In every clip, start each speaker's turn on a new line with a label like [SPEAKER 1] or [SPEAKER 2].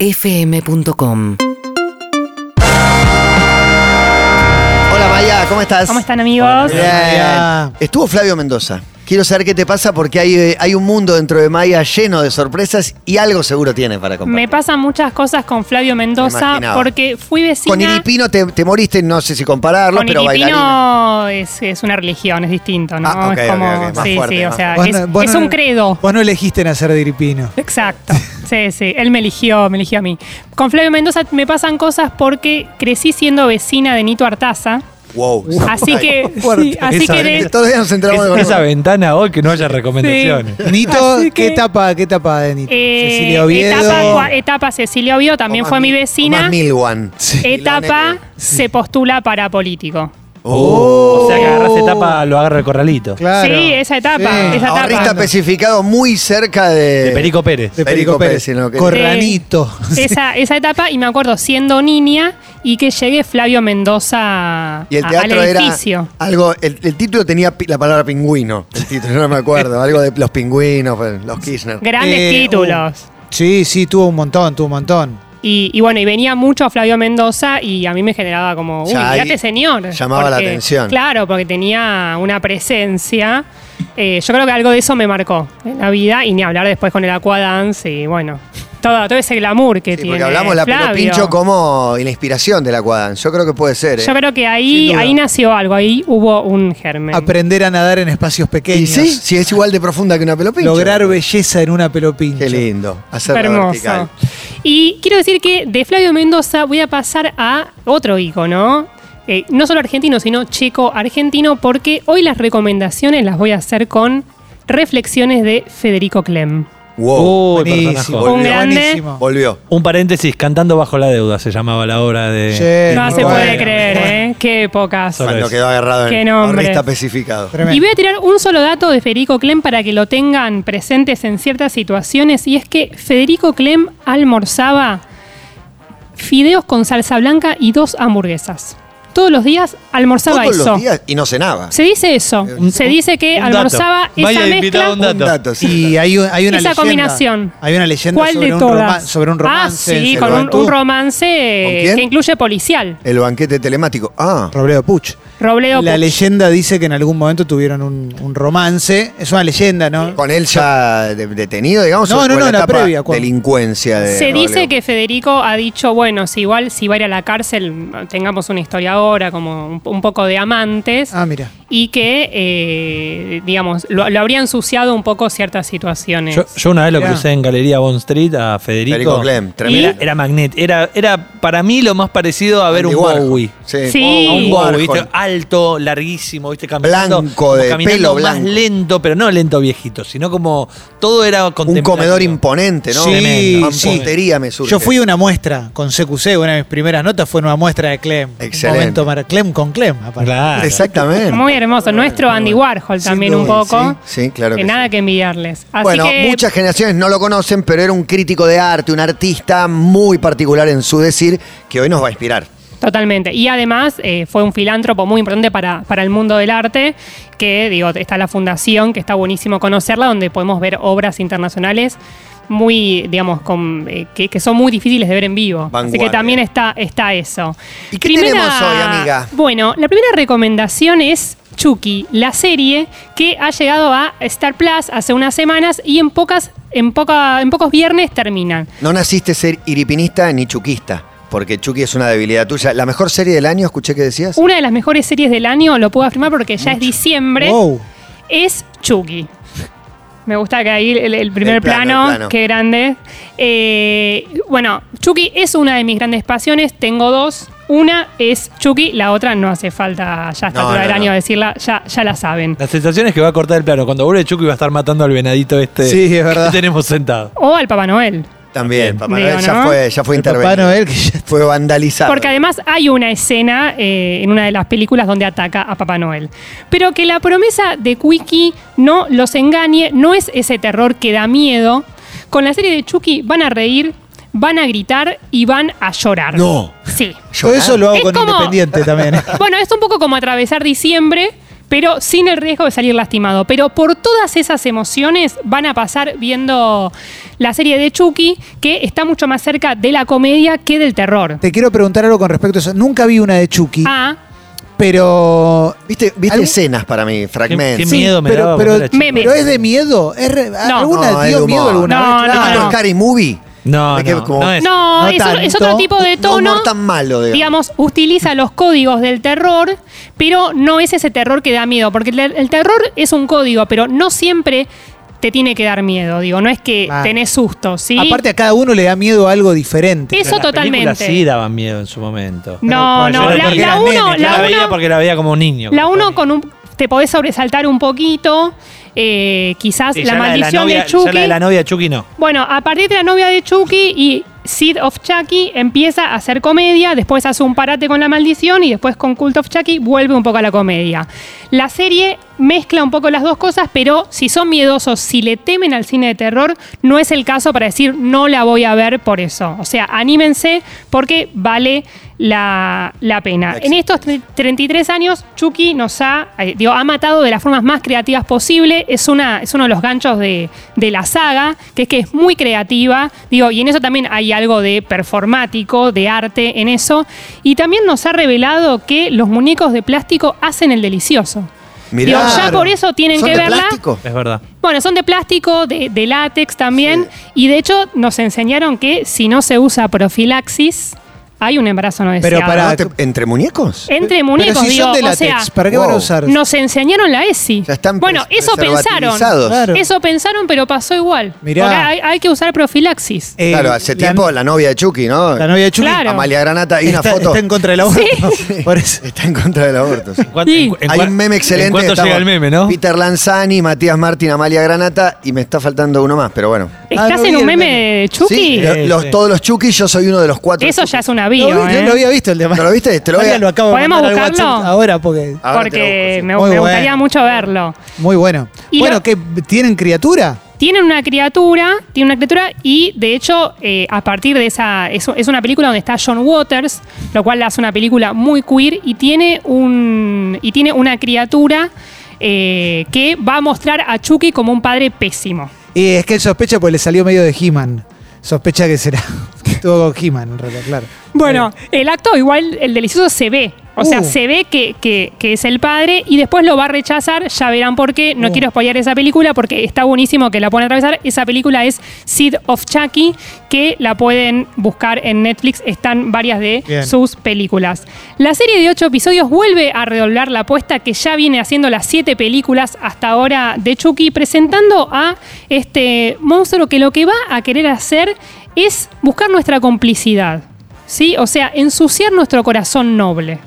[SPEAKER 1] urbanaplayfm.com
[SPEAKER 2] Hola Maya, ¿cómo estás?
[SPEAKER 3] ¿Cómo están amigos?
[SPEAKER 2] Bien. Estuvo Flavio Mendoza. Quiero saber qué te pasa porque hay, eh, hay un mundo dentro de Maya lleno de sorpresas y algo seguro tiene para
[SPEAKER 3] Me
[SPEAKER 2] compartir.
[SPEAKER 3] pasan muchas cosas con Flavio
[SPEAKER 2] Me
[SPEAKER 3] Mendoza
[SPEAKER 2] imaginaba.
[SPEAKER 3] porque fui vecina.
[SPEAKER 2] Con Iripino te, te moriste, no sé si compararlo,
[SPEAKER 3] con
[SPEAKER 2] pero bailarina.
[SPEAKER 3] Iripino es, es una religión, es distinto, ¿no?
[SPEAKER 2] Ah, ok,
[SPEAKER 3] es como.
[SPEAKER 2] ok, ok, más
[SPEAKER 3] sí,
[SPEAKER 2] fuerte,
[SPEAKER 3] sí, o
[SPEAKER 2] más
[SPEAKER 3] sea,
[SPEAKER 4] Vos
[SPEAKER 3] es,
[SPEAKER 4] no- vos
[SPEAKER 3] es
[SPEAKER 4] no-
[SPEAKER 3] un credo.
[SPEAKER 4] Vos no elegiste nacer de Iripino.
[SPEAKER 3] Exacto. Sí, sí. Él me eligió, me eligió a mí. Con Flavio Mendoza me pasan cosas porque crecí siendo vecina de Nito Artaza.
[SPEAKER 2] Wow.
[SPEAKER 3] Así que. sí, así
[SPEAKER 5] Esa-
[SPEAKER 3] que de-
[SPEAKER 2] Todavía nos enteramos
[SPEAKER 5] Es-
[SPEAKER 2] de
[SPEAKER 5] esa ventana hoy que no haya recomendaciones.
[SPEAKER 4] Nito,
[SPEAKER 3] Así que-
[SPEAKER 4] ¿qué etapa, qué etapa de Nito?
[SPEAKER 3] eh,
[SPEAKER 4] Cecilia Oviedo.
[SPEAKER 3] Etapa, cua- etapa Cecilia Oviedo también fue mi vecina.
[SPEAKER 2] Más eh, mil one.
[SPEAKER 3] Etapa se postula para político.
[SPEAKER 2] Oh.
[SPEAKER 5] O sea que agarrás etapa, lo agarra el corralito.
[SPEAKER 4] Claro.
[SPEAKER 3] Sí, esa etapa.
[SPEAKER 4] Sí.
[SPEAKER 3] Esa
[SPEAKER 2] Ahorrista
[SPEAKER 3] etapa.
[SPEAKER 2] especificado muy cerca Eh. de.
[SPEAKER 5] De Perico Pérez.
[SPEAKER 4] De Perico
[SPEAKER 2] Perico
[SPEAKER 4] Pérez.
[SPEAKER 2] Pérez, sino que-
[SPEAKER 4] Corranito.
[SPEAKER 3] Esa, esa etapa, y me acuerdo siendo niña y que llegue Flavio Mendoza
[SPEAKER 2] Y el
[SPEAKER 3] a-
[SPEAKER 2] teatro
[SPEAKER 3] Ah, al
[SPEAKER 2] era
[SPEAKER 3] edificio.
[SPEAKER 2] algo, el, el título tenía pi- la palabra pingüino, el título, no me acuerdo, algo de los pingüinos, pues, los Kirchner.
[SPEAKER 3] Grandes
[SPEAKER 4] Eh,
[SPEAKER 3] títulos.
[SPEAKER 2] uh.
[SPEAKER 4] Sí, sí, tuvo un montón, tuvo un montón.
[SPEAKER 3] Y, y bueno, y venía mucho Flavio Mendoza y a mí me generaba como, uy,
[SPEAKER 2] Ya ahí
[SPEAKER 3] mirá este señor.
[SPEAKER 2] llamaba la atención.
[SPEAKER 3] Claro, porque tenía una presencia. Eh, yo creo que algo de eso me marcó en la vida y ni hablar después con el Aquadance y bueno, todo, todo ese glamour que
[SPEAKER 2] Sí,
[SPEAKER 3] tiene.
[SPEAKER 2] porque hablamos de la
[SPEAKER 3] Flavio.
[SPEAKER 2] Pelopincho como la inspiración de la Quadance. Yo creo que puede ser. ¿eh?
[SPEAKER 3] Yo creo que
[SPEAKER 4] Sin
[SPEAKER 3] ahí,
[SPEAKER 4] duda.
[SPEAKER 3] ahí nació algo, ahí hubo un germen.
[SPEAKER 2] Ah,
[SPEAKER 4] Aprender a nadar en espacios
[SPEAKER 2] y
[SPEAKER 4] pequeños.
[SPEAKER 2] sí, sí, es igual de profunda que una Pelopincho.
[SPEAKER 4] Lograr belleza en una pelopincha.
[SPEAKER 2] Qué lindo. Hacerla vertical.
[SPEAKER 3] Hermoso. Y quiero decir que de Flavio Mendoza voy a pasar a otro icono. eh, no solo argentino, sino checo-argentino, porque hoy las recomendaciones las voy a hacer con reflexiones de Federico Clem.
[SPEAKER 2] Wow.
[SPEAKER 4] Uh.
[SPEAKER 5] Uy,
[SPEAKER 4] Buenísimo.
[SPEAKER 5] personajo.
[SPEAKER 3] Un grande.
[SPEAKER 4] buenísimo.
[SPEAKER 2] Volvió.
[SPEAKER 5] Un paréntesis, cantando bajo la deuda se llamaba la obra de.
[SPEAKER 4] Sí,
[SPEAKER 5] de
[SPEAKER 3] No
[SPEAKER 4] muy
[SPEAKER 3] se
[SPEAKER 5] Nicolás.
[SPEAKER 3] puede
[SPEAKER 4] bueno,
[SPEAKER 3] creer,
[SPEAKER 4] muy
[SPEAKER 3] ¿eh? Qué pocas.
[SPEAKER 5] Eh, Solo
[SPEAKER 2] Cuando
[SPEAKER 5] es.
[SPEAKER 2] quedó agarrado
[SPEAKER 3] Qué
[SPEAKER 2] en
[SPEAKER 3] nombre.
[SPEAKER 2] ahorrista especificado.
[SPEAKER 4] Tremendo.
[SPEAKER 3] Y voy a tirar un solo dato de Federico Clem para que lo tengan presentes en ciertas situaciones, y es que Federico Clem almorzaba fideos con salsa blanca y dos hamburguesas. Todos los días almorzaba
[SPEAKER 2] Todos
[SPEAKER 3] eso.
[SPEAKER 2] los días y no cenaba.
[SPEAKER 3] Se dice eso.
[SPEAKER 2] Un-
[SPEAKER 3] Se dice que
[SPEAKER 5] Eh, un dato.
[SPEAKER 3] almorzaba
[SPEAKER 5] Vaya
[SPEAKER 3] esa
[SPEAKER 5] invitado
[SPEAKER 3] mezcla.
[SPEAKER 5] un dato.
[SPEAKER 2] Un dato, sí.
[SPEAKER 4] Y hay, un- hay una
[SPEAKER 3] Esa
[SPEAKER 4] leyenda.
[SPEAKER 3] combinación.
[SPEAKER 4] Hay una leyenda
[SPEAKER 3] ¿Cuál
[SPEAKER 4] sobre,
[SPEAKER 3] de
[SPEAKER 4] un
[SPEAKER 3] todas?
[SPEAKER 4] roman- sobre un romance.
[SPEAKER 3] Ah, sí,
[SPEAKER 4] en
[SPEAKER 3] con un,
[SPEAKER 4] Cervantes.
[SPEAKER 3] un romance
[SPEAKER 2] ¿Con
[SPEAKER 3] eh,
[SPEAKER 2] quién?
[SPEAKER 3] que incluye policial.
[SPEAKER 2] El banquete telemático. Ah.
[SPEAKER 4] Robledo Puch.
[SPEAKER 3] Robledo
[SPEAKER 4] La
[SPEAKER 3] Puch.
[SPEAKER 4] leyenda dice que en algún momento tuvieron un, un romance. Es una leyenda, ¿no?
[SPEAKER 2] Con él ya de- detenido, digamos.
[SPEAKER 4] No,
[SPEAKER 2] o
[SPEAKER 4] no,
[SPEAKER 2] fue
[SPEAKER 4] no, la
[SPEAKER 2] etapa
[SPEAKER 4] previa, cuando-
[SPEAKER 2] Delincuencia de.
[SPEAKER 3] Se
[SPEAKER 2] Rodrigo?
[SPEAKER 3] dice que Federico ha dicho, bueno, si igual si va a ir a la cárcel, tengamos una historia ahora, como un, un poco de amantes,
[SPEAKER 4] Ah, mira.
[SPEAKER 3] y que, eh, digamos, lo, lo habría ensuciado un poco ciertas situaciones.
[SPEAKER 5] Yo, yo una vez lo
[SPEAKER 4] Mirá.
[SPEAKER 5] crucé en Galería Bond Street a Federico.
[SPEAKER 2] Federico Clem, tremendo.
[SPEAKER 5] Era, era magnet. Era, era para mí lo más parecido a ver
[SPEAKER 2] Andy
[SPEAKER 5] un
[SPEAKER 2] Warhol.
[SPEAKER 5] Bowie.
[SPEAKER 2] Sí.
[SPEAKER 3] Sí.
[SPEAKER 5] A un Bowie,
[SPEAKER 2] Warhol.
[SPEAKER 5] ¿viste? Alto, larguísimo, ¿viste? Caminando,
[SPEAKER 2] Blanco,
[SPEAKER 5] como
[SPEAKER 2] de
[SPEAKER 5] caminando
[SPEAKER 2] pelo
[SPEAKER 5] Más
[SPEAKER 2] blanco.
[SPEAKER 5] lento, pero no lento viejito, sino como todo era
[SPEAKER 2] Un
[SPEAKER 5] contemplativo.
[SPEAKER 2] comedor imponente, ¿no?
[SPEAKER 4] Sí,
[SPEAKER 2] Tremendo.
[SPEAKER 4] sí.
[SPEAKER 2] Mampostería me surge.
[SPEAKER 4] Yo fui a una muestra con CQC, una de mis primeras notas fue en una muestra de Clem.
[SPEAKER 2] Excelente.
[SPEAKER 4] Un momento para Clem con Clem, aparte.
[SPEAKER 5] Claro.
[SPEAKER 2] Exactamente.
[SPEAKER 3] Muy hermoso. Nuestro Andy Warhol
[SPEAKER 4] Sin
[SPEAKER 3] también un
[SPEAKER 4] duda,
[SPEAKER 3] poco.
[SPEAKER 2] sí, sí, claro
[SPEAKER 3] Que
[SPEAKER 2] que
[SPEAKER 3] nada
[SPEAKER 2] sí.
[SPEAKER 3] que envidiarles. Así
[SPEAKER 2] bueno,
[SPEAKER 3] que,
[SPEAKER 2] muchas generaciones no lo conocen, pero era un crítico de arte, un artista muy particular en su decir, que hoy nos va a inspirar.
[SPEAKER 3] Totalmente. Y además eh, fue un filántropo muy importante para, para el mundo del arte, que digo, está la fundación, que está buenísimo conocerla, donde podemos ver obras internacionales muy, digamos, con, eh, que, que son muy difíciles de ver en vivo. Así
[SPEAKER 2] Vanguardia.
[SPEAKER 3] que también está, está eso.
[SPEAKER 2] ¿Y qué tenemos hoy, amiga?
[SPEAKER 3] Bueno, la primera recomendación es Chucky, la serie que ha llegado a Star Plus hace unas semanas y en pocas, en poca, en pocos viernes terminan.
[SPEAKER 2] No naciste ser iripinista ni chuquista, porque Chucky es una debilidad tuya. La mejor serie del año, escuché que decías.
[SPEAKER 3] Una de las mejores series del año, lo puedo afirmar porque ya es diciembre.
[SPEAKER 4] Wow.
[SPEAKER 3] es Chucky. Me gusta que ahí el, el primer
[SPEAKER 2] El plano,
[SPEAKER 3] plano,
[SPEAKER 2] el plano.
[SPEAKER 3] qué grande. Eh, bueno, Chucky es una de mis grandes pasiones, tengo dos. Una es Chucky, la otra no hace falta ya a esta
[SPEAKER 2] No,
[SPEAKER 3] altura
[SPEAKER 2] no,
[SPEAKER 3] del año
[SPEAKER 2] no.
[SPEAKER 3] decirla, ya, ya la saben.
[SPEAKER 5] La sensación es que va a cortar el plano. Cuando vuelve Chucky va a estar matando al venadito este
[SPEAKER 4] Sí, es verdad.
[SPEAKER 5] que tenemos sentado.
[SPEAKER 3] O al Papá Noel.
[SPEAKER 2] También, Papá
[SPEAKER 3] Digo,
[SPEAKER 2] Noel ya
[SPEAKER 3] ¿no?
[SPEAKER 2] fue, ya fue
[SPEAKER 4] El Papá
[SPEAKER 2] intervenido.
[SPEAKER 4] Noel que ya-
[SPEAKER 2] Fue vandalizado.
[SPEAKER 3] Porque además hay una escena eh, en una de las películas donde ataca a Papá Noel. Pero que la promesa de Quickie no los engañe, no es ese terror que da miedo. Con la serie de Chucky van a reír, van a gritar y van a llorar.
[SPEAKER 2] No.
[SPEAKER 3] Sí.
[SPEAKER 4] Yo eso lo hago
[SPEAKER 3] Es
[SPEAKER 4] con
[SPEAKER 3] como-
[SPEAKER 4] Independiente también. ¿eh?
[SPEAKER 3] Bueno, es un poco como atravesar diciembre, pero sin el riesgo de salir lastimado. Pero por todas esas emociones van a pasar viendo la serie de Chucky, que está mucho más cerca de la comedia que del terror.
[SPEAKER 4] Te quiero preguntar algo con respecto a eso. Nunca vi una de Chucky,
[SPEAKER 3] Ah,
[SPEAKER 4] pero.
[SPEAKER 2] Viste, viste
[SPEAKER 4] ¿Algún-
[SPEAKER 2] escenas para mí,
[SPEAKER 5] Qué
[SPEAKER 2] fragmentos.
[SPEAKER 4] Sí,
[SPEAKER 5] miedo me
[SPEAKER 4] pero,
[SPEAKER 5] daba
[SPEAKER 4] pero,
[SPEAKER 5] cuando era chico.
[SPEAKER 3] Memes.
[SPEAKER 4] pero es de miedo. ¿Es re- ¿Alguna
[SPEAKER 2] No, es de
[SPEAKER 4] dio miedo
[SPEAKER 2] humor.
[SPEAKER 4] alguna
[SPEAKER 3] No,
[SPEAKER 4] vez?
[SPEAKER 3] no,
[SPEAKER 4] Claro.
[SPEAKER 2] ¿Viste los Scary Movie?
[SPEAKER 5] No,
[SPEAKER 2] Es que
[SPEAKER 5] no,
[SPEAKER 2] como-
[SPEAKER 5] no es-
[SPEAKER 3] no,
[SPEAKER 4] no
[SPEAKER 3] es, otro- es otro
[SPEAKER 4] tanto.
[SPEAKER 3] tipo de
[SPEAKER 2] Un humor
[SPEAKER 3] tono.
[SPEAKER 2] tan malo, digamos.
[SPEAKER 3] Digamos, utiliza los códigos del terror, pero no es ese terror que da miedo. Porque el, el terror es un código, pero no siempre te tiene que dar miedo. Digo, no es que
[SPEAKER 4] Claro.
[SPEAKER 3] tenés susto, ¿sí?
[SPEAKER 4] Aparte, a cada uno le da miedo algo diferente.
[SPEAKER 3] Eso
[SPEAKER 5] Las películas
[SPEAKER 3] totalmente.
[SPEAKER 5] sí daban miedo en su momento.
[SPEAKER 3] No,
[SPEAKER 5] Pero,
[SPEAKER 3] no,
[SPEAKER 5] bueno, yo
[SPEAKER 3] la-
[SPEAKER 5] porque
[SPEAKER 3] la
[SPEAKER 5] era
[SPEAKER 3] uno-
[SPEAKER 5] nene, yo
[SPEAKER 3] la
[SPEAKER 5] la veía
[SPEAKER 3] uno-
[SPEAKER 5] porque la veía como niño.
[SPEAKER 3] La uno con un. Te podés sobresaltar un poquito. eh, quizás
[SPEAKER 5] Sí,
[SPEAKER 3] la
[SPEAKER 5] ya de
[SPEAKER 3] maldición de,
[SPEAKER 5] novia- ya
[SPEAKER 3] Chucky.
[SPEAKER 5] la de la novia de Chucky no.
[SPEAKER 3] Bueno, a partir de la novia de Chucky y Seed of Chucky empieza a hacer comedia, después hace un parate con la maldición y después con Cult of Chucky vuelve un poco a la comedia. La serie mezcla un poco las dos cosas, pero si son miedosos, si le temen al cine de terror, no es el caso para decir no la voy a ver por eso. O sea, anímense porque vale la, la pena. En estos tre- 33 años, Chucky nos ha, eh, digo, ha matado de las formas más creativas posible. Es, una, es uno de los ganchos de, de la saga, que es que es muy creativa. Digo, y en eso también hay algo de performático, de arte en eso. Y también nos ha revelado que los muñecos de plástico hacen el delicioso.
[SPEAKER 2] Mirá.
[SPEAKER 3] Digo, ya por eso tienen
[SPEAKER 2] ¿Son
[SPEAKER 3] que
[SPEAKER 2] de
[SPEAKER 3] verla.
[SPEAKER 2] plástico?
[SPEAKER 5] Es verdad.
[SPEAKER 3] Bueno, son de plástico, de, de látex también. Y de hecho, nos enseñaron que si no se usa profilaxis, hay un embarazo no deseado.
[SPEAKER 4] Pero pará,
[SPEAKER 2] Ah, te- ¿Entre muñecos?
[SPEAKER 3] Entre muñecos,
[SPEAKER 4] pero si
[SPEAKER 3] digo,
[SPEAKER 4] son de
[SPEAKER 3] o sea,
[SPEAKER 4] látex, ¿para qué van a
[SPEAKER 2] wow.
[SPEAKER 4] usar?
[SPEAKER 3] nos enseñaron la ESI.
[SPEAKER 2] O sea, están
[SPEAKER 3] bueno,
[SPEAKER 2] pres-
[SPEAKER 3] eso pensaron.
[SPEAKER 2] preservativizados.
[SPEAKER 4] Claro.
[SPEAKER 3] Eso pensaron, pero pasó igual.
[SPEAKER 4] Mirá.
[SPEAKER 3] Porque hay, hay que usar profilaxis.
[SPEAKER 4] Eh,
[SPEAKER 2] claro, hace
[SPEAKER 4] la-
[SPEAKER 2] tiempo la, novia de Chucky, ¿no?
[SPEAKER 4] La novia de Chucky
[SPEAKER 3] Claro.
[SPEAKER 2] Amalia Granata, hay
[SPEAKER 4] está,
[SPEAKER 2] una foto.
[SPEAKER 4] está en contra del aborto. Por eso.
[SPEAKER 2] Está en contra del aborto. sí.
[SPEAKER 5] ¿En cuan-
[SPEAKER 3] Sí.
[SPEAKER 5] en cu- en
[SPEAKER 2] Hay
[SPEAKER 5] cuan-
[SPEAKER 2] un meme excelente.
[SPEAKER 5] ¿En cuánto
[SPEAKER 2] estamos
[SPEAKER 5] llega el meme, no?
[SPEAKER 2] Peter Lanzani, Matías Martín, Amalia Granata y me está faltando uno más, pero bueno.
[SPEAKER 4] Ah,
[SPEAKER 3] ¿Estás
[SPEAKER 4] no
[SPEAKER 3] en
[SPEAKER 4] vi
[SPEAKER 3] un
[SPEAKER 4] el
[SPEAKER 3] meme
[SPEAKER 4] meme.
[SPEAKER 3] de Chucky?
[SPEAKER 2] Sí, lo-
[SPEAKER 5] Sí,
[SPEAKER 2] los-
[SPEAKER 5] sí.
[SPEAKER 2] todos los Chucky, yo soy uno de los cuatro.
[SPEAKER 3] Eso
[SPEAKER 2] Chucky.
[SPEAKER 3] ya es una
[SPEAKER 4] No,
[SPEAKER 3] bio,
[SPEAKER 4] no
[SPEAKER 3] ¿eh?
[SPEAKER 4] lo había visto el de
[SPEAKER 2] ¿No lo viste? Te lo voy
[SPEAKER 4] Ahora
[SPEAKER 2] a-
[SPEAKER 4] lo acabo de
[SPEAKER 3] ¿Podemos
[SPEAKER 4] mandar al
[SPEAKER 3] buscarlo?
[SPEAKER 4] WhatsApp ahora porque
[SPEAKER 2] Ahora te lo
[SPEAKER 3] Porque
[SPEAKER 2] busco, sí.
[SPEAKER 3] me,
[SPEAKER 4] Muy
[SPEAKER 3] me gustaría
[SPEAKER 4] bueno.
[SPEAKER 3] mucho verlo.
[SPEAKER 4] muy bueno.
[SPEAKER 3] Y
[SPEAKER 4] bueno,
[SPEAKER 3] lo-
[SPEAKER 4] que tienen criatura.
[SPEAKER 3] Tienen una criatura, tiene una criatura y de hecho eh, a partir de esa es, es una película donde está John Waters, lo cual la hace una película muy queer y tiene un y tiene una criatura eh, que va a mostrar a Chucky como un padre pésimo.
[SPEAKER 4] Y es que él sospecha porque le salió medio de He-Man. Sospecha que será. que estuvo con He-Man, en realidad, claro.
[SPEAKER 3] Bueno, el acto igual, el delicioso se ve. O sea,
[SPEAKER 4] Eh. Uh.
[SPEAKER 3] se ve que, que- que es el padre y después lo va a rechazar, ya verán por qué. No
[SPEAKER 4] Uh.
[SPEAKER 3] quiero spoilear esa película porque está buenísimo que la puedan atravesar. Esa película es Seed of Chucky, que la pueden buscar en Netflix. Están varias de
[SPEAKER 4] Bien.
[SPEAKER 3] sus películas. La serie de ocho episodios vuelve a redoblar la apuesta que ya viene haciendo las siete películas hasta ahora de Chucky, presentando a este monstruo que lo que va a querer hacer es buscar nuestra complicidad. ¿sí? O sea, ensuciar nuestro corazón noble.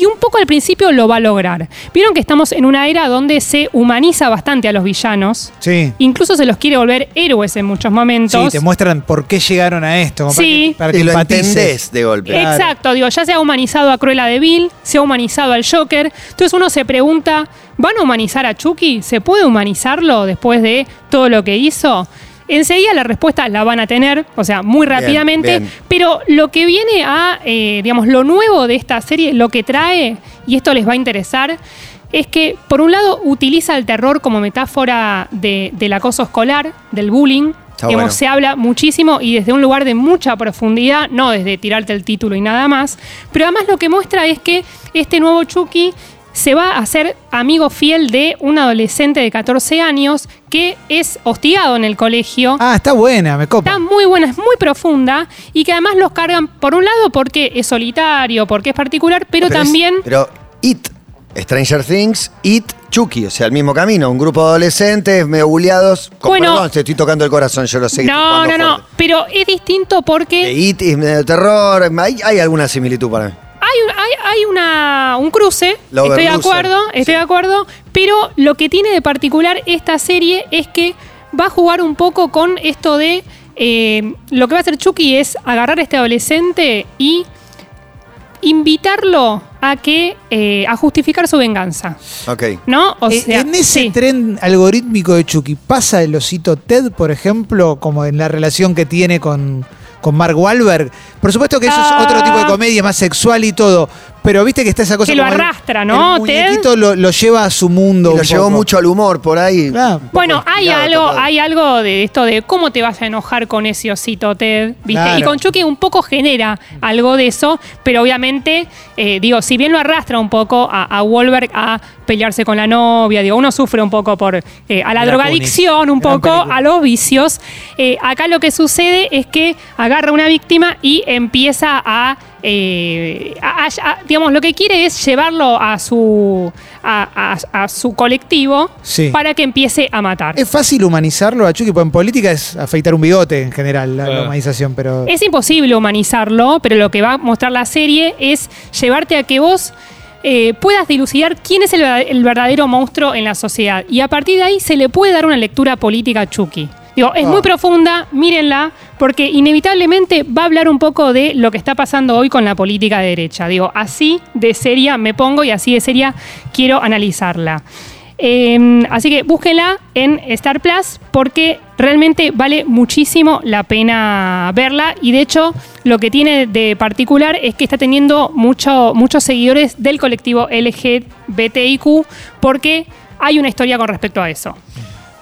[SPEAKER 3] Y un poco al principio lo va a lograr. Vieron que estamos en una era donde se humaniza bastante a los villanos.
[SPEAKER 4] Sí.
[SPEAKER 3] Incluso se los quiere volver héroes en muchos momentos.
[SPEAKER 4] Sí, te muestran por qué llegaron a esto. como
[SPEAKER 3] Sí.
[SPEAKER 4] Para
[SPEAKER 2] Y
[SPEAKER 4] que,
[SPEAKER 2] lo
[SPEAKER 4] para que empatices.
[SPEAKER 2] entendés de golpe.
[SPEAKER 4] Claro.
[SPEAKER 3] Exacto, digo, ya se ha humanizado a Cruella de Vil, se ha humanizado al Joker. Entonces uno se pregunta, ¿van a humanizar a Chucky? ¿Se puede humanizarlo después de todo lo que hizo? Enseguida la respuesta la van a tener, o sea, muy rápidamente.
[SPEAKER 2] bien.
[SPEAKER 3] Pero lo que viene a, eh, digamos, lo nuevo de esta serie, lo que trae, y esto les va a interesar, es que, por un lado, utiliza el terror como metáfora de- del acoso escolar, del bullying.
[SPEAKER 2] Está
[SPEAKER 3] Digamos,
[SPEAKER 2] bueno.
[SPEAKER 3] se habla muchísimo y desde un lugar de mucha profundidad, no desde tirarte el título y nada más. Pero además lo que muestra es que este nuevo Chucky se va a hacer amigo fiel de un adolescente de 14 años que es hostigado en el colegio.
[SPEAKER 4] Ah, está buena, me copa.
[SPEAKER 3] Está muy buena, es muy profunda y que además los cargan, por un lado, porque es solitario, porque es particular, pero,
[SPEAKER 2] es-
[SPEAKER 3] también...
[SPEAKER 2] pero It, Stranger Things, It, Chucky, o sea, el mismo camino. Un grupo de adolescentes medio buleados. Con
[SPEAKER 3] Bueno.
[SPEAKER 2] perdón, te estoy tocando el corazón, yo lo sé. que estoy
[SPEAKER 3] no, no,
[SPEAKER 2] jugando
[SPEAKER 3] no,
[SPEAKER 2] fuerte.
[SPEAKER 3] pero es distinto porque...
[SPEAKER 2] De It y medio terror. Hay, hay alguna similitud para mí.
[SPEAKER 3] Hay, un- hay- hay una, un cruce,
[SPEAKER 2] Lover
[SPEAKER 3] estoy de
[SPEAKER 2] loser,
[SPEAKER 3] acuerdo, estoy de acuerdo, pero lo que tiene de particular esta serie es que va a jugar un poco con esto de eh, lo que va a hacer Chucky es agarrar a este adolescente y invitarlo a que eh, a justificar su venganza,
[SPEAKER 2] Ok.
[SPEAKER 3] ¿no? O
[SPEAKER 4] Eh,
[SPEAKER 3] sea,
[SPEAKER 4] en ese
[SPEAKER 3] sí.
[SPEAKER 4] tren algorítmico de Chucky, ¿pasa el osito Ted, por ejemplo, como en la relación que tiene con, con Mark Wahlberg? Por supuesto que eso
[SPEAKER 3] Ah.
[SPEAKER 4] es otro tipo de comedia, más sexual y todo, pero viste que está esa cosa
[SPEAKER 3] Que lo
[SPEAKER 4] como el-
[SPEAKER 3] arrastra, ¿no,
[SPEAKER 4] El
[SPEAKER 3] Ted?
[SPEAKER 4] muñequito lo, lo lleva a su mundo.
[SPEAKER 2] Y lo
[SPEAKER 4] un
[SPEAKER 2] llevó
[SPEAKER 4] poco.
[SPEAKER 2] mucho al humor por ahí.
[SPEAKER 4] Claro.
[SPEAKER 3] Bueno,
[SPEAKER 2] poco
[SPEAKER 3] hay
[SPEAKER 2] estirado,
[SPEAKER 3] algo,
[SPEAKER 2] tapado.
[SPEAKER 3] hay algo de esto de cómo te vas a enojar con ese osito Ted, ¿viste?
[SPEAKER 4] Claro.
[SPEAKER 3] Y con Chucky un poco genera algo de eso, pero obviamente, eh, digo, si bien lo arrastra un poco a, a Wahlberg a pelearse con la novia, digo, uno sufre un poco por eh, a la
[SPEAKER 5] Mila
[SPEAKER 3] drogadicción, un
[SPEAKER 4] Gran
[SPEAKER 3] poco
[SPEAKER 4] película.
[SPEAKER 3] a los vicios, eh, acá lo que sucede es que agarra una víctima y empieza a, eh, a- a- a- digamos, lo que quiere es llevarlo a su, a, a- a su colectivo
[SPEAKER 4] Sí.
[SPEAKER 3] para que empiece a matar.
[SPEAKER 4] Es fácil humanizarlo a Chucky, porque en política es afeitar un bigote en general, la, la
[SPEAKER 5] Claro.
[SPEAKER 4] humanización, pero.
[SPEAKER 3] Es imposible humanizarlo, pero lo que va a mostrar la serie es llevarte a que vos eh, puedas dilucidar quién es el, verda- el verdadero monstruo en la sociedad. Y a partir de ahí se le puede dar una lectura política a Chucky. Digo, es muy profunda, mírenla, porque inevitablemente va a hablar un poco de lo que está pasando hoy con la política de derecha. Digo, así de seria me pongo y así de seria quiero analizarla. Eh, así que búsquenla en Star Plus porque realmente vale muchísimo la pena verla y de hecho lo que tiene de particular es que está teniendo mucho- muchos seguidores del colectivo LGBTIQ porque hay una historia con respecto a eso.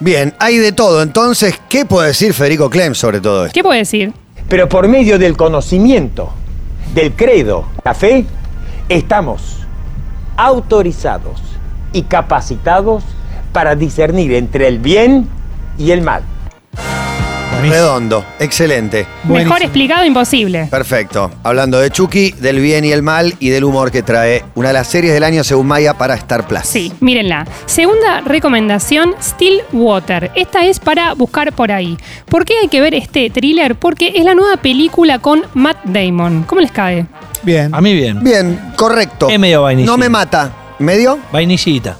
[SPEAKER 2] Bien, hay de todo. Entonces, ¿qué puede decir Federico Clem sobre todo esto?
[SPEAKER 3] ¿Qué puedo decir?
[SPEAKER 1] Pero por medio del conocimiento, del credo, la fe, estamos autorizados y capacitados para discernir entre el bien y el mal.
[SPEAKER 2] Redondo, excelente.
[SPEAKER 4] Buenísimo.
[SPEAKER 3] Mejor explicado imposible.
[SPEAKER 2] Perfecto. Hablando de Chucky, del bien y el mal y del humor que trae una de las series del año según Maya para Star Plus.
[SPEAKER 3] Sí, mírenla. Segunda recomendación, Still Water. Esta es para buscar por ahí. ¿Por qué hay que ver este thriller? Porque es la nueva película con Matt Damon. ¿Cómo les cae?
[SPEAKER 4] Bien.
[SPEAKER 5] A mí bien.
[SPEAKER 2] Bien, correcto.
[SPEAKER 5] Es medio vainillita.
[SPEAKER 2] No me mata. ¿Medio?
[SPEAKER 5] Vainillita.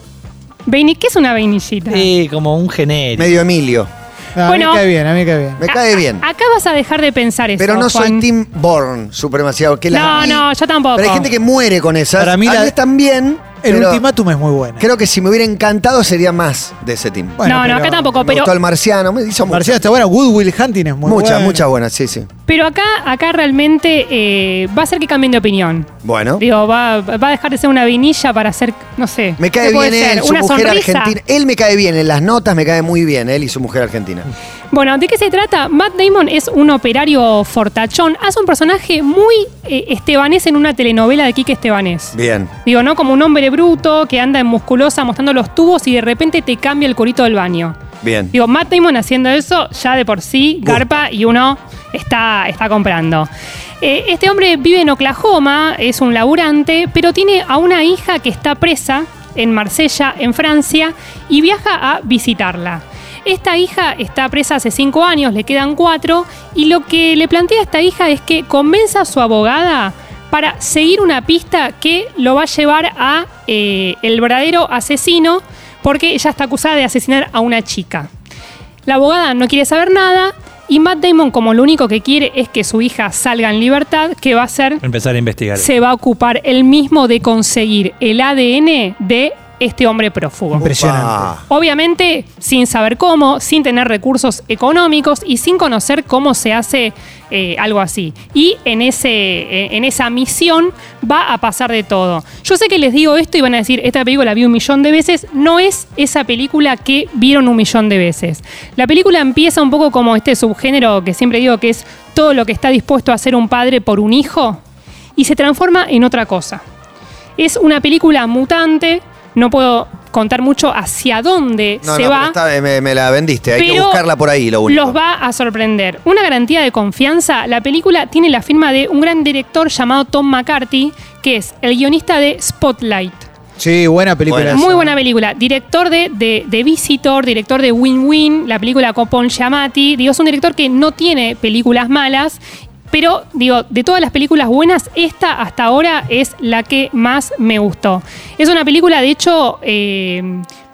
[SPEAKER 3] Vaini- ¿Qué es una vainillita?
[SPEAKER 5] Sí, como un genérico.
[SPEAKER 2] Medio Emilio.
[SPEAKER 4] No,
[SPEAKER 3] Bueno.
[SPEAKER 4] A mí me cae bien, a mí me cae bien.
[SPEAKER 2] Me
[SPEAKER 3] A-
[SPEAKER 2] cae
[SPEAKER 3] a-
[SPEAKER 2] bien.
[SPEAKER 3] Acá vas a dejar de pensar Ah, eso.
[SPEAKER 2] Pero no soy
[SPEAKER 3] Juan.
[SPEAKER 2] Tim Born, supremacía. Que la
[SPEAKER 3] No,
[SPEAKER 2] vi.
[SPEAKER 3] no, yo tampoco.
[SPEAKER 2] Pero hay gente que muere con esas.
[SPEAKER 4] Para mí la-
[SPEAKER 2] A mí también.
[SPEAKER 4] El
[SPEAKER 2] pero
[SPEAKER 4] ultimátum es muy bueno.
[SPEAKER 2] Creo que si me hubiera encantado sería más de ese team.
[SPEAKER 4] Bueno,
[SPEAKER 3] no, no,
[SPEAKER 4] pero-
[SPEAKER 3] acá tampoco.
[SPEAKER 2] me
[SPEAKER 3] Pero,
[SPEAKER 2] gustó el marciano. Me hizo muchas,
[SPEAKER 4] Marciano está bueno, Goodwill Hunting es muy
[SPEAKER 2] muchas,
[SPEAKER 4] bueno.
[SPEAKER 2] muchas buenas, sí, sí.
[SPEAKER 3] pero acá, acá realmente eh, va a ser que cambien de opinión.
[SPEAKER 2] Bueno.
[SPEAKER 3] Digo, va, va a dejar de ser una vainilla para ser, no sé.
[SPEAKER 2] Me
[SPEAKER 3] ¿qué
[SPEAKER 2] cae
[SPEAKER 3] puede
[SPEAKER 2] bien él,
[SPEAKER 3] ser?
[SPEAKER 2] su
[SPEAKER 3] ¿Una
[SPEAKER 2] mujer
[SPEAKER 3] sonrisa?
[SPEAKER 2] argentina. Él me cae bien, en las notas me cae muy bien, él y su mujer argentina.
[SPEAKER 3] Bueno, ¿de qué se trata? Matt Damon es un operario fortachón. Hace un personaje muy eh, estebanés en una telenovela de Quique Estebanés.
[SPEAKER 2] Bien.
[SPEAKER 3] Digo, ¿no? Como un hombre bruto que anda en musculosa mostrando los tubos y de repente te cambia el corito del baño.
[SPEAKER 2] Bien.
[SPEAKER 3] Digo, Matt Damon haciendo eso ya de por sí, garpa y uno está, está comprando. Eh, este hombre vive en Oklahoma, es un laburante, pero tiene a una hija que está presa en Marsella, en Francia, y viaja a visitarla. Esta hija está presa hace cinco años, le quedan cuatro, y lo que le plantea a esta hija es que convenza a su abogada para seguir una pista que lo va a llevar a eh, el verdadero asesino, porque ella está acusada de asesinar a una chica. La abogada no quiere saber nada y Matt Damon, como lo único que quiere es que su hija salga en libertad, ¿qué va a hacer?
[SPEAKER 5] Empezar a investigar.
[SPEAKER 3] Se va a ocupar él mismo de conseguir el ADN de este hombre prófugo.
[SPEAKER 4] Impresionante.
[SPEAKER 2] Ah,
[SPEAKER 3] Obviamente, sin saber cómo, sin tener recursos económicos y sin conocer cómo se hace eh, algo así. Y en, ese, eh, en esa misión va a pasar de todo. Yo sé que les digo esto y van a decir, esta película la vi un millón de veces. No es esa película que vieron un millón de veces. La película empieza un poco como este subgénero que siempre digo que es todo lo que está dispuesto a hacer un padre por un hijo y se transforma en otra cosa. Es una película mutante, no puedo contar mucho hacia dónde
[SPEAKER 2] no,
[SPEAKER 3] se
[SPEAKER 2] no,
[SPEAKER 3] va.
[SPEAKER 2] pero está- eh, me, me la vendiste, hay que
[SPEAKER 3] pero
[SPEAKER 2] buscarla por ahí, lo único.
[SPEAKER 3] Los va a sorprender. Una garantía de confianza, la película tiene la firma de un gran director llamado Tom McCarthy, que es el guionista de Spotlight.
[SPEAKER 4] Sí, buena película.
[SPEAKER 2] Buena.
[SPEAKER 4] esa.
[SPEAKER 3] Muy buena película. Director de, de, de Visitor, director de Win Win, la película con Paul Giamatti. Digo, es un director que no tiene películas malas, pero digo, de todas las películas buenas, esta hasta ahora es la que más me gustó. Es una película, de hecho, eh,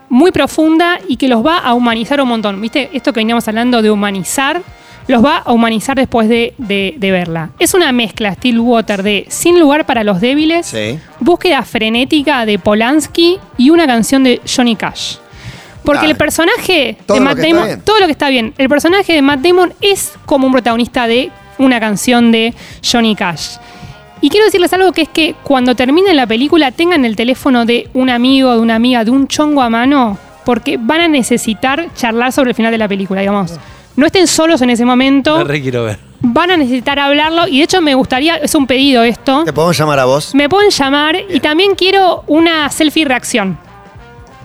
[SPEAKER 3] muy profunda y que los va a humanizar un montón. ¿Viste? Esto que veníamos hablando de humanizar. Los va a humanizar después de, de- de verla. Es una mezcla, Stillwater, de Sin lugar para los débiles,
[SPEAKER 2] Sí.
[SPEAKER 3] Búsqueda frenética de Polanski y una canción de Johnny Cash. Porque
[SPEAKER 2] Dale.
[SPEAKER 3] el personaje
[SPEAKER 2] Todo
[SPEAKER 3] de
[SPEAKER 2] lo
[SPEAKER 3] Matt
[SPEAKER 2] que está
[SPEAKER 3] Damon,
[SPEAKER 2] bien.
[SPEAKER 3] todo lo que está bien, el personaje de Matt Damon es como un protagonista de una canción de Johnny Cash. Y quiero decirles algo que es que cuando terminen la película tengan el teléfono de un amigo, de una amiga, de un chongo a mano, porque van a necesitar charlar sobre el final de la película, digamos. No estén solos en ese
[SPEAKER 5] La
[SPEAKER 3] momento,
[SPEAKER 5] re quiero ver.
[SPEAKER 3] van a necesitar hablarlo y de hecho me gustaría, es un pedido esto,
[SPEAKER 2] ¿Te podemos llamar a vos?
[SPEAKER 3] me pueden llamar y también quiero una selfie reacción.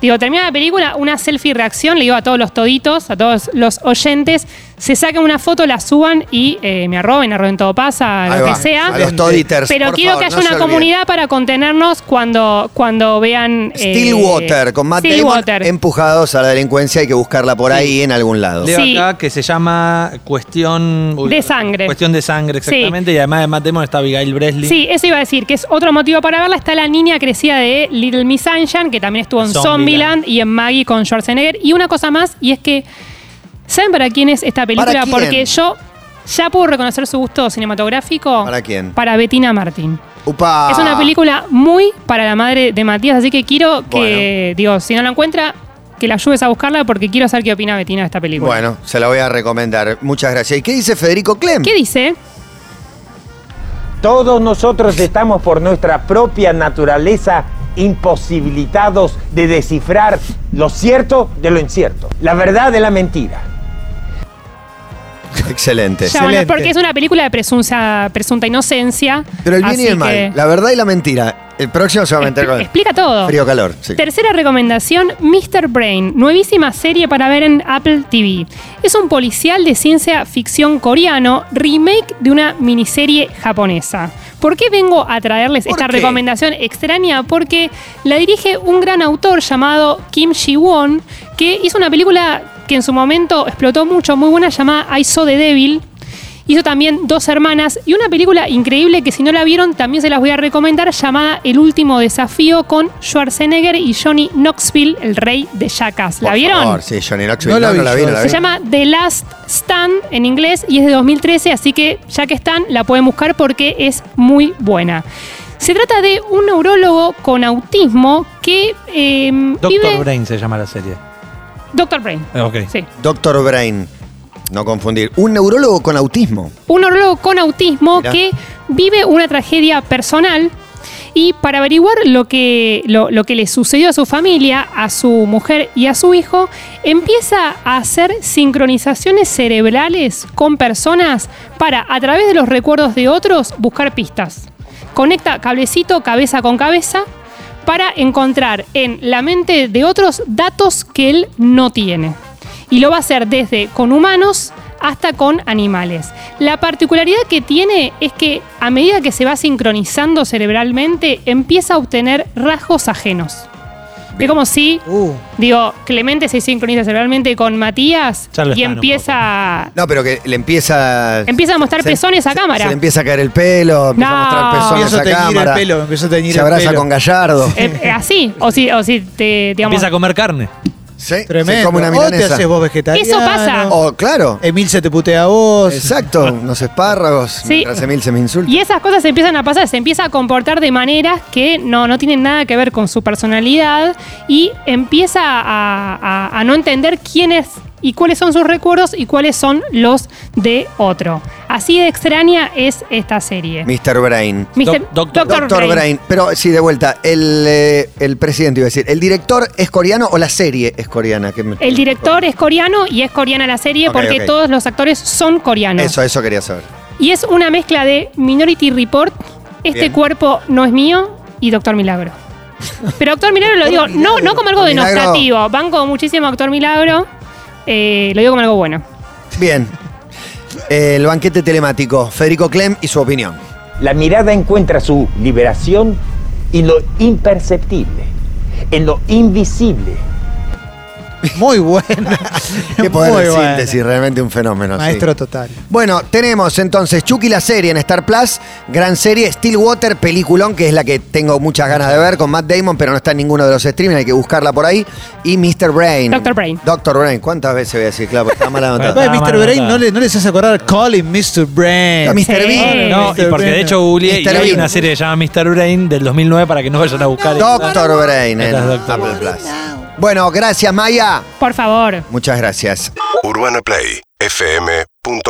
[SPEAKER 3] Digo, termina la película, una selfie reacción, le digo a todos los toditos, a todos los oyentes, se saquen una foto, la suban y eh, me arroben, arroben todo pasa,
[SPEAKER 2] Ahí
[SPEAKER 3] lo
[SPEAKER 2] va,
[SPEAKER 3] que sea.
[SPEAKER 2] A los toditers.
[SPEAKER 3] Pero
[SPEAKER 2] por
[SPEAKER 3] quiero
[SPEAKER 2] favor,
[SPEAKER 3] que haya
[SPEAKER 2] no se
[SPEAKER 3] una
[SPEAKER 2] olviden.
[SPEAKER 3] comunidad para contenernos cuando, cuando vean. eh,
[SPEAKER 2] Stillwater, con Matt Damon,
[SPEAKER 3] Stillwater.
[SPEAKER 2] empujados a la delincuencia, hay que buscarla por ahí en algún lado.
[SPEAKER 5] Leo
[SPEAKER 3] Sí.
[SPEAKER 5] acá que se llama Cuestión
[SPEAKER 3] De sangre.
[SPEAKER 5] Cuestión de sangre,
[SPEAKER 3] Sí.
[SPEAKER 5] exactamente. Y además de Matt Damon está Abigail Breslin.
[SPEAKER 3] Sí, eso iba a decir, que es otro motivo para verla. Está la niña crecida de Little Miss Sunshine, que también estuvo en
[SPEAKER 5] Zombieland.
[SPEAKER 3] Zombieland, y en Maggie con Schwarzenegger. Y una cosa más, y es que. ¿Saben para quién es esta
[SPEAKER 2] ¿Para
[SPEAKER 3] película?
[SPEAKER 2] quién?
[SPEAKER 3] Porque yo ya puedo reconocer su gusto cinematográfico.
[SPEAKER 2] ¿Para quién? Ah.
[SPEAKER 3] Para Bettina Martin.
[SPEAKER 2] Upa.
[SPEAKER 3] Es una película muy para la madre de Matías, así que quiero que, digo, si no la encuentra, que la ayudes a buscarla porque quiero saber qué opina Betina de esta película.
[SPEAKER 2] Bueno, se la voy a recomendar. Muchas gracias. ¿Y qué dice Federico Clem?
[SPEAKER 3] ¿Qué dice?
[SPEAKER 1] Todos nosotros estamos por nuestra propia naturaleza imposibilitados de descifrar lo cierto de lo incierto, la verdad de la mentira.
[SPEAKER 2] Excelente.
[SPEAKER 3] Ya, bueno,
[SPEAKER 4] Excelente.
[SPEAKER 3] porque es una película de presunta, presunta inocencia.
[SPEAKER 2] Pero el bien y
[SPEAKER 3] así
[SPEAKER 2] el mal,
[SPEAKER 3] que
[SPEAKER 2] la verdad y la mentira. El próximo se va a meter
[SPEAKER 3] expli-
[SPEAKER 2] con
[SPEAKER 3] Explica todo.
[SPEAKER 2] frío calor. sí.
[SPEAKER 3] Tercera recomendación, Mr. Brain, nuevísima serie para ver en Apple TV. Es un policial de ciencia ficción coreano, remake de una miniserie japonesa. ¿Por qué vengo a traerles
[SPEAKER 2] ¿Por
[SPEAKER 3] esta
[SPEAKER 2] qué?
[SPEAKER 3] recomendación extraña? Porque la dirige un gran autor llamado Kim Ji-won, que hizo una película que en su momento explotó mucho, muy buena, llamada I Saw the Devil. Hizo también Dos Hermanas y una película increíble que si no la vieron también se las voy a recomendar llamada El Último Desafío con Schwarzenegger y Johnny Knoxville, el rey de Jackass. ¿La
[SPEAKER 2] Por
[SPEAKER 3] vieron?
[SPEAKER 2] favor, sí, Johnny Knoxville.
[SPEAKER 4] No la vi yo.
[SPEAKER 2] no la
[SPEAKER 3] Se llama The Last Stand en inglés y es de 2013, así que ya que están, la pueden buscar porque es muy buena. Se trata de un neurólogo con autismo que eh,
[SPEAKER 5] Doctor
[SPEAKER 3] vive-
[SPEAKER 5] Brain se llama la serie.
[SPEAKER 3] Doctor Brain.
[SPEAKER 5] Eh, ok.
[SPEAKER 3] Sí.
[SPEAKER 2] Doctor Brain. No confundir. Un neurólogo con autismo.
[SPEAKER 3] un neurólogo con autismo
[SPEAKER 2] Mirá.
[SPEAKER 3] que vive una tragedia personal y para averiguar lo que, lo, lo que le sucedió a su familia, a su mujer y a su hijo, empieza a hacer sincronizaciones cerebrales con personas para, a través de los recuerdos de otros, buscar pistas. Conecta cablecito cabeza con cabeza para encontrar en la mente de otros datos que él no tiene. Y lo va a hacer desde con humanos hasta con animales. La particularidad que tiene es que a medida que se va sincronizando cerebralmente, empieza a obtener rasgos ajenos. Es como si,
[SPEAKER 4] Uh,
[SPEAKER 3] digo, Clemente se sincroniza cerebralmente con Matías
[SPEAKER 5] Ya lo
[SPEAKER 3] y
[SPEAKER 5] están un
[SPEAKER 3] empieza,
[SPEAKER 2] No, pero que le empieza.
[SPEAKER 3] empieza a mostrar
[SPEAKER 2] se-
[SPEAKER 3] pezones a
[SPEAKER 2] se-
[SPEAKER 3] cámara.
[SPEAKER 2] Se le empieza a caer el pelo, empieza a
[SPEAKER 3] No.
[SPEAKER 2] mostrar pezones
[SPEAKER 4] empiezo a
[SPEAKER 2] a
[SPEAKER 4] teñir
[SPEAKER 2] cámara.
[SPEAKER 4] el pelo, empiezo a teñir
[SPEAKER 2] se
[SPEAKER 4] el
[SPEAKER 2] abraza
[SPEAKER 4] pelo.
[SPEAKER 2] con Gallardo.
[SPEAKER 3] Eh, eh, así, o si, o si te, digamos,
[SPEAKER 5] Empieza a comer carne.
[SPEAKER 2] Sí,
[SPEAKER 4] Tremendo.
[SPEAKER 2] Se come una
[SPEAKER 4] O te
[SPEAKER 2] milanesa.
[SPEAKER 4] haces vos vegetariano.
[SPEAKER 3] Eso pasa.
[SPEAKER 2] O, claro.
[SPEAKER 4] Emil se te putea a vos.
[SPEAKER 2] Exacto. Unos espárragos. Mientras Emil se me insulta.
[SPEAKER 3] Y esas cosas empiezan a pasar, se empieza a comportar de maneras que no, no tienen nada que ver con su personalidad y empieza a, a- a no entender quién es y cuáles son sus recuerdos y cuáles son los de otro. Así de extraña es esta serie.
[SPEAKER 2] Mr. Brain.
[SPEAKER 3] Mister-
[SPEAKER 5] Doc- Doctor-
[SPEAKER 3] Doctor
[SPEAKER 2] Doctor Brain. Pero sí, de vuelta, el, eh, el presidente iba a decir, ¿el director es coreano o la serie es coreana? Que me-
[SPEAKER 3] El director es coreano y es coreana la serie
[SPEAKER 2] Ok,
[SPEAKER 3] porque
[SPEAKER 2] ok.
[SPEAKER 3] todos los actores son coreanos.
[SPEAKER 2] Eso, eso quería saber.
[SPEAKER 3] Y es una mezcla de Minority Report, Este
[SPEAKER 2] Bien.
[SPEAKER 3] cuerpo no es mío y Doctor Milagro. Pero Doctor Milagro lo digo,
[SPEAKER 2] Doctor
[SPEAKER 3] no, no como algo
[SPEAKER 2] Milagro.
[SPEAKER 3] denostativo, banco muchísimo a Doctor Milagro, eh, lo digo como algo bueno.
[SPEAKER 2] Bien. El banquete telemático, Federico Clem y su opinión.
[SPEAKER 1] La mirada encuentra su liberación en lo imperceptible, en lo invisible.
[SPEAKER 4] Muy buena.
[SPEAKER 2] Qué poder
[SPEAKER 4] Muy
[SPEAKER 2] de
[SPEAKER 4] buena.
[SPEAKER 2] síntesis, realmente un fenómeno. sí.
[SPEAKER 4] Maestro total.
[SPEAKER 2] Bueno, tenemos entonces Chucky la serie en Star Plus, gran serie, Stillwater, peliculón, que es la que tengo muchas ganas de ver con Matt Damon, pero no está en ninguno de los streaming, hay que buscarla por ahí. Y Mr. Brain.
[SPEAKER 3] Dr. Brain.
[SPEAKER 2] Doctor Brain, ¿cuántas veces voy a decir? Claro, porque está mala nota.
[SPEAKER 4] Papá de
[SPEAKER 5] Ah,
[SPEAKER 4] Mr.
[SPEAKER 5] bueno,
[SPEAKER 4] Brain
[SPEAKER 5] claro.
[SPEAKER 4] no, le- no les hace acordar Colin Mr.
[SPEAKER 2] A
[SPEAKER 4] Brain.
[SPEAKER 2] Mr. Bean.
[SPEAKER 5] No, y
[SPEAKER 4] Mr.
[SPEAKER 5] porque de
[SPEAKER 4] Brain.
[SPEAKER 5] hecho googleé y
[SPEAKER 2] Mr.
[SPEAKER 5] hay
[SPEAKER 2] Bean.
[SPEAKER 5] una serie que se llama Mr. Brain del 2009 para que no vayan a buscar.
[SPEAKER 2] Doctor Brain en
[SPEAKER 5] Esta es Doctor
[SPEAKER 2] Apple Plus. Bueno, gracias Maya.
[SPEAKER 3] Por favor.
[SPEAKER 2] Muchas gracias.
[SPEAKER 6] UrbanaPlayFM.com